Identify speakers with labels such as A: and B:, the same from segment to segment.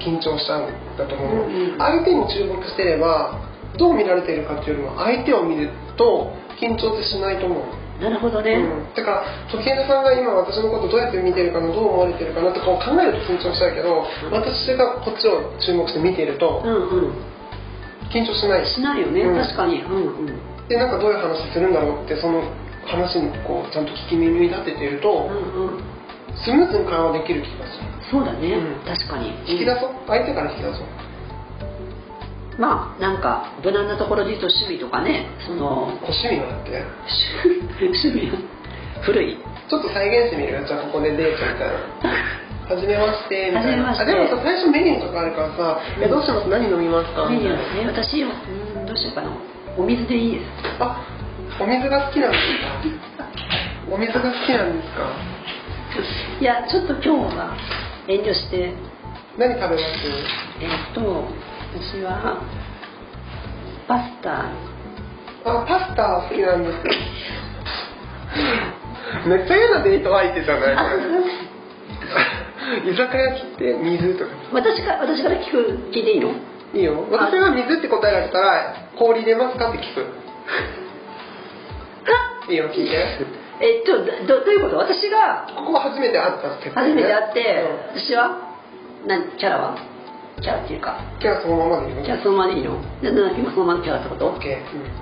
A: 緊張しちゃうんだと思うの、
B: うんうん
A: 相手に注目してればどう見られているかっていうよりも相手を見ると緊張ってしないと思う
B: なるほどね、
A: うん、だから時計さんが今私のことどうやって見てるかなどう思われてるかなとかを考えると緊張しちゃうけど私がこっちを注目して見ていると
B: うん、うん
A: 緊張しないし
B: しないよね、
A: うん
B: 確かにうんうん
A: でなんかどういう話するんだろうってその話にこうちゃんと聞き耳立てていると
B: うんうん
A: スムーズに会話できる気がする
B: そうだね、
A: うん
B: 確かに
A: 引き出そう相手から引き出そう
B: まあなんか無難なところで言うと趣味とかねその
A: 趣味なんて
B: 趣趣味古い
A: ちょっと再現してみるじゃあここでデートみたいなはじめましてみたいな
B: は
A: あ
B: じめまして
A: でもさ最初メニューとかあるからさ「えどうします何飲みますか?」
B: メ
A: み
B: ニ
A: たい
B: ュ
A: な
B: ーね私うんどうしようかなお水でいいです
A: あ、お水が好きなんですか。お水が好きなんですか。
B: いやちょっと今日は遠慮して
A: 何食べます。
B: えーっと私はパス
A: あ、
B: タ
A: パスタ好きなんです。めっちゃ嫌なデート相手じゃない。これ居酒屋来て水とか。
B: 私か私から聞く聞いていいの
A: いいよ。私が水って答えられたら、氷入れますかって聞く。いいよ、聞いて。
B: えっとどどどういうこと私が
A: ここは初めて会ったステップね
B: 初めて会って、
A: う
B: 私は何キャラはキャラっていうか
A: んじゃあ、そのままでいいよ。
B: キャラそのままでいいのななんだ今そのままのキャラってこと
A: オッケー。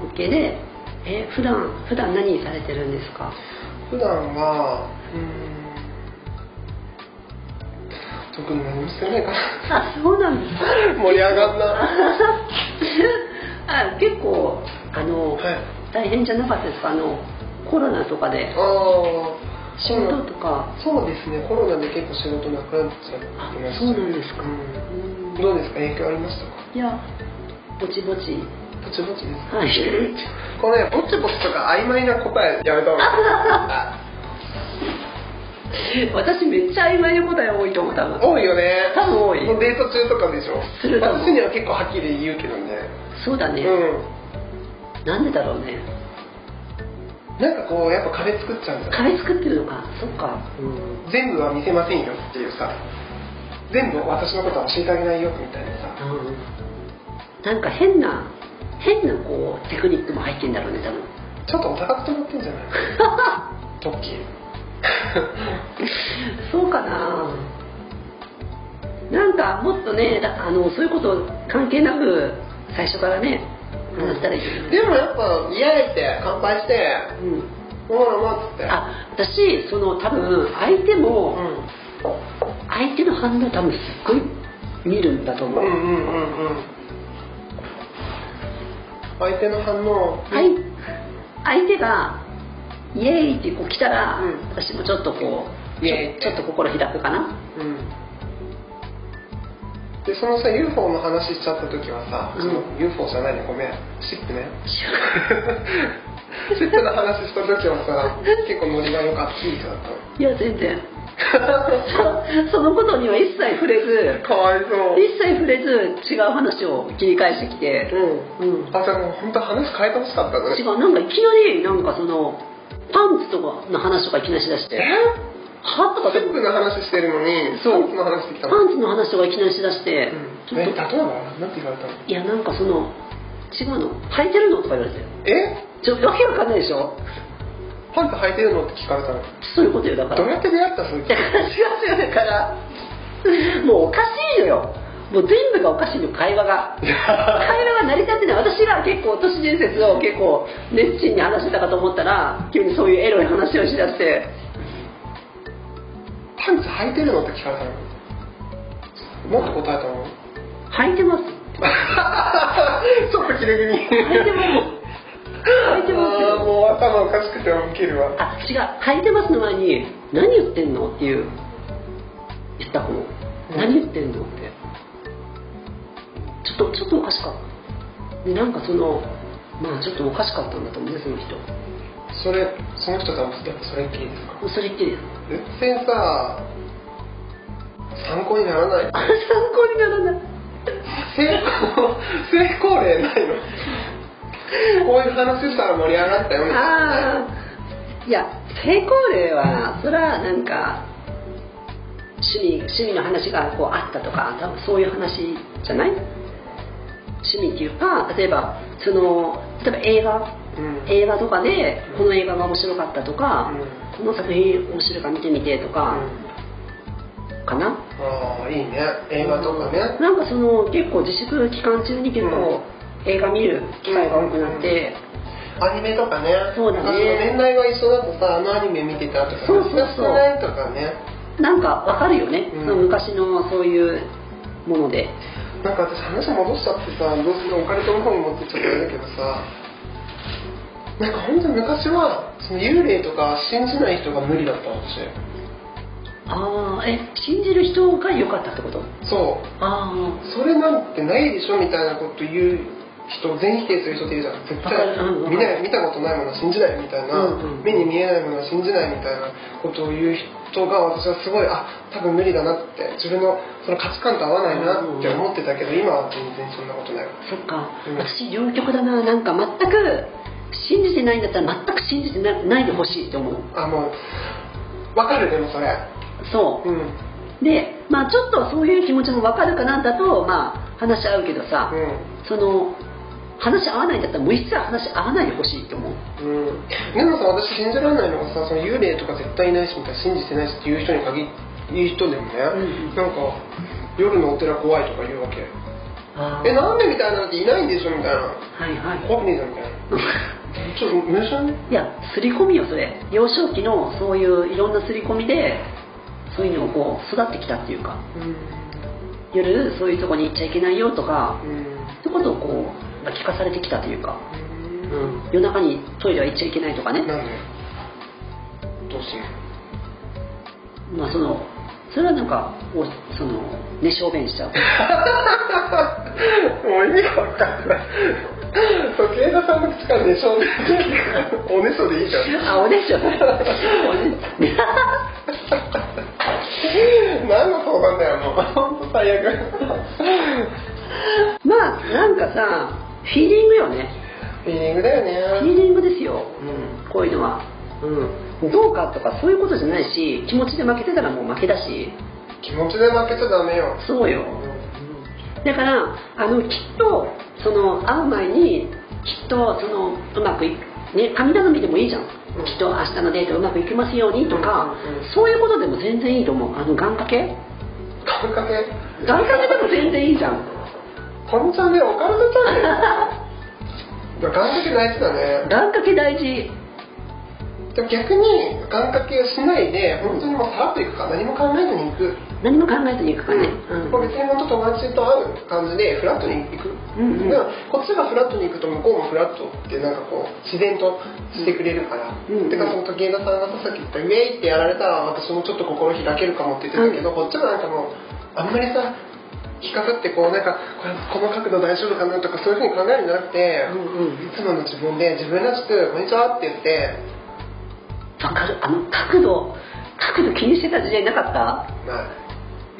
A: うん
B: OK でえ普段普段何されてるんですか
A: 普段はうーん特に何もしてないかな
B: あそうなんですか
A: 盛り上がんな
B: あ結構あの、
A: はい
B: 大変じゃなかったですかあのコロナとかで
A: あー
B: 仕事とか
A: そうですねコロナで結構仕事なくなっちゃってま
B: あ
A: す
B: そうなんですか、
A: うん
B: うん
A: どうですか影響ありましたか
B: いやぼちぼち
A: ぼちぼちですか
B: はい
A: このねぼちぼちとか曖昧な答えやめた方が
B: 私めっちゃ曖昧な答え多いと思う多
A: いい
B: 分
A: 多いよね
B: 多分多い
A: もうデート中とかでしょ
B: する多分
A: 私には結構はっきり言うけどね
B: そうだね、
A: う
B: なんでだろうね
A: んなんかこうやっぱ壁作っちゃうんだ
B: 壁作ってるのかそっか、うん、
A: 全部は見せませんよっていうさ全部私のことは教えてあげないよみたいなさ
B: なんか変な変なこうテクニックも入ってんだろうね 多分
A: ちょっとお高くと思ってんじゃないトッキー
B: そうかななんかもっとねだあのそういうこと関係なく最初からね話したらいいよね、
A: でもやっぱ嫌いって乾杯して
B: うん、
A: 飲もう飲もうっつって
B: あ私その多分相手も、
A: うん
B: 相手の反応多分すっごい見るんだと思
A: う
B: う、
A: んうんうんうん相手の反応
B: はい相手がイエーイってこう来たら、
A: うん
B: 私もちょっとこう
A: イ
B: ち
A: エーイ
B: ょちょっと心開くかな
A: うんでそのさ UFO の話しちゃった時はさ、
B: うん
A: その UFO じゃないねごめんシップ ねシップの話した時はさ結構ノリが良かったいい人だ ったの
B: いや全然そそのことには一切触れず
A: かわいそう。
B: 一切触れず違う話を切り返してきて、うん
A: うん。あ、じゃあもう本当話変えてほしかったの
B: 違
A: ね。
B: うなんかいきなりなんかそのパンツとかの話とかいきなりしだしてはとか
A: スップの話してるのに、ス
B: そう
A: ープの話してきたの。
B: パンツの話とかいきなりしだして、
A: うん。
B: ち
A: え、
B: ょ
A: 例
B: っ
A: えば
B: と
A: なんて言われたの
B: いやなんかその違うの履いてるのとか言われて
A: え
B: ちょわけわかんないでしょ
A: パンツ履いてるのって聞かれたの。
B: そういうことよだから
A: どうやって出 会ったそい
B: い
A: つ
B: や違う違うだからもうおかしいのよもう全部がおかしいのよ会話が会話が成り立ってない私が結構都市伝説を結構熱心に話してたかと思ったら急にそういうエロい話をしだして
A: パンツ履いてるのって聞かれたの。もっと答えた の。
B: 履いてます
A: ちょっとキレ気味。
B: 履いてます履いてます
A: あー
B: よ
A: もう頭おかしくてウケるわ。
B: あ違う履いてますの前に何言ってんのっていう言った方、何言ってんのってちょっとちょっとおかしかったでなんかそのまあちょっとおかしかったんだと思うねその人
A: それ、その人とはもうやっぱそれっきりですか
B: もうそれっきりです
A: 全然さ、参考にならない。
B: あ参考にならない
A: 成功成功例ないのこういう話したら盛り上がったよみたいな
B: ああいや成功例はそれはなんか趣味趣味の話がこうあったとか多分そういう話じゃない趣味っていうか例えばその例えば映画
A: うん
B: 映画とかでこの映画が面白かったとか、
A: う
B: この作品面白いから見てみてと
A: う
B: か、
A: ん
B: かな
A: ああいいね映画とかね
B: なんかその結構自粛期間中に結構映画見る機会が多くなって、
A: アニメとかね
B: そうだね
A: あの年代が一緒だとさあのアニメ見てたとか、ね、
B: そうそうそう
A: 懐かしくないとかね
B: なんかわかるよね、
A: うん
B: その昔のそういうもので
A: なんか私話戻しちゃってさどうするお金との方に持ってっちゃったんだけどさなんか本当に昔はその幽霊とか信じない人が無理だったんですよ
B: ああえ信じる人が良かったってこと
A: そう
B: ああ
A: それなんてないでしょみたいなこと言う人全否定する人っているじゃん絶対
B: わかるうんうん
A: 見ない見たことないものは信じないみたいな、
B: うんうん
A: 目に見えないものは信じないみたいなことを言う人が私はすごいあ多分無理だなって自分のその価値観と合わないなって思ってたけど今は全然そんなことない
B: そっか、
A: うん
B: 私両極だななんか全く信じてないんだったら全く信じてなないでほしいと思う
A: あもうわかるでもそれ
B: そう
A: うんうん
B: でまあちょっとそういう気持ちもわかるかなんだとまあ話し合うけどさ、その話し合わないんだったらもう一切話し合わないでほしいと思う
A: うんでもさ私信じられないのがさその幽霊とか絶対いないしみたいな信じてないしっていう人に限り言う人でもね、
B: うん
A: なんか夜のお寺怖いとか言うわけ
B: あ
A: えなんでみたいなのっていないんでしょみたいな
B: はいはい
A: 怖くねえじゃんみたいな ちょっと無理じゃない
B: いや刷り込みよそれ幼少期のそういういろんな刷り込みでそういうのをこう育ってきたっていうか夜そういうとこに行っちゃいけないよとか
A: うん
B: そういうことをこうまあ聞かされてきたというか、
A: うん
B: うん夜中にトイレは行っちゃいけないとかね、
A: なんでどうすんの
B: まあそのそれはなんかおその寝小便しちゃう
A: もう意味が分かんない。そう、警察さんの口からでしょう。 おねしょでいいじゃん。
B: あおでしょ おでしょ
A: 何の相談だよ、もう。本当最悪。
B: まあなんかさフィーリングよね
A: フィーリングだよ
B: フィ
A: ね。
B: ーリングですよ
A: うん。
B: こういうのは
A: うん。
B: どうかとかそういうことじゃないし気持ちで負けてたらもう負けだし
A: 気持ちで負けちゃダメよ。
B: そうよだからあのきっとその会う前にきっとそのうまくいくね神頼みでもいいじゃん、
A: ん
B: きっと明日のデートうまくいきますようにと
A: う
B: か、
A: んうんうん
B: そういうことでも全然いいと思うあの願掛け
A: 感覚ね。
B: 願掛けでも全然いいじゃん
A: こんちゃんね、お金出たんだよ。願掛け大事だね。
B: 願掛け大事
A: でも逆に願掛けをしないで、本当にもうさらっといくか、何も考えずに行く。
B: 何も考えずにいくかね、うん
A: これ別に本当友達と会う感じでフラットに行く、
B: うんうん
A: だからこっちがフラットに行くと向こうもフラットってなんかこう自然としてくれるから、
B: うんうん
A: てかその時枝さんがさっき言った「ウェイ!」ってやられたら私もちょっと心開けるかもって言ってたけど、こっちはなんかもうあんまりさ引っかかってこうなんかこれこの角度大丈夫かなとかそういうふうに考えるんじゃなくて、
B: うんうん
A: いつもの自分で自分らしく「こんにちは」って言って
B: わかるあの角度角度気にしてた時代なかった
A: まあ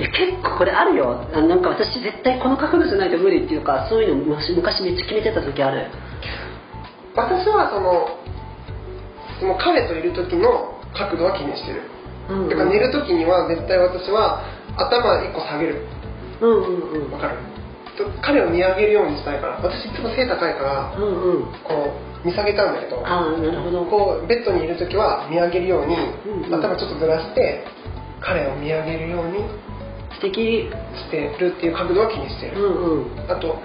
B: いや結構これあるよあなんか私絶対この角度じゃないと無理っていうかそういうの昔昔めっちゃ決めてた時ある
A: 私はそのその彼といる時の角度は気にしてる
B: うんうん
A: だから寝る時には絶対私は頭1個下げる
B: うんうんうん
A: わかると彼を見上げるようにしたいから私いつも背高いから
B: うんうん
A: こう見下げたんだけど
B: ああなるほど
A: こうベッドにいる時は見上げるように、
B: うんうん
A: 頭ちょっとずらして彼を見上げるように
B: 素敵
A: してるっていう角度は気にして
B: う
A: る、
B: んうん
A: あと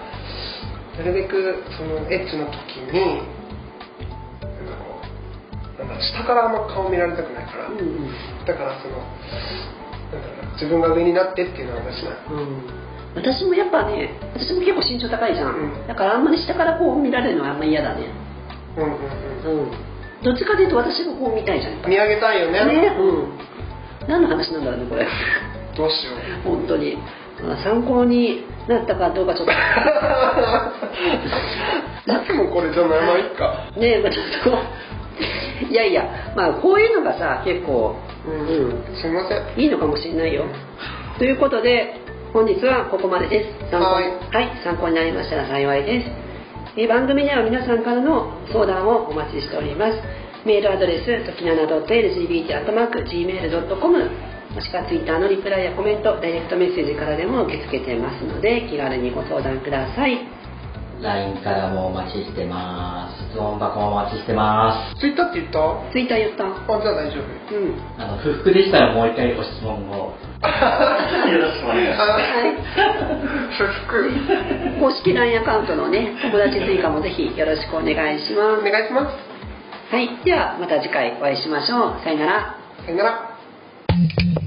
A: なるべくそのエッチの時になんかこうなんだろう下からあんま顔見られたくないから、
B: うんうん
A: だからそのなんだろうな自分が上になってっていうのは私ない
B: うん私もやっぱね私も結構身長高いじゃん、
A: うん
B: だからあんまり下からこう見られるのはあんま嫌だね
A: うんうんうん
B: うんどっちかというと私がこう見たいじゃんやっぱ
A: 見上げたいよね
B: りねうん何の話なんだろうねこれ
A: どうしよう
B: 本当にまあ参考になったかどうかちょっと
A: いつもこれじゃないまあいっか
B: ねえ、まあ、ちょっといやいやまあこういうのがさ結構、うん
A: すいません
B: いいのかもしれないよということで本日はここまでです参考
A: はい
B: はい、参考になりましたら幸いですえー番組では皆さんからの相談をお待ちしておりますメールアドレスときなな .lgbt.gmail.com もしくは Twitter のリプライやコメントダイレクトメッセージからでも受け付けてますので気軽にご相談ください
C: LINE からもお待ちしてます質問箱もお待ちしてま
A: ツイッターって言ったあ
B: Twitter 言った
A: じゃあ大丈夫
B: うん
C: すあの不服でしたらもう一回ご質問をよろしくお願いしま
A: 不服
B: 公式 LINE アカウントのね友達追加もぜひよろしくお願いしま
A: お願いします
B: すはいではまた次回お会いしましょうさよなら
A: さよなら
C: す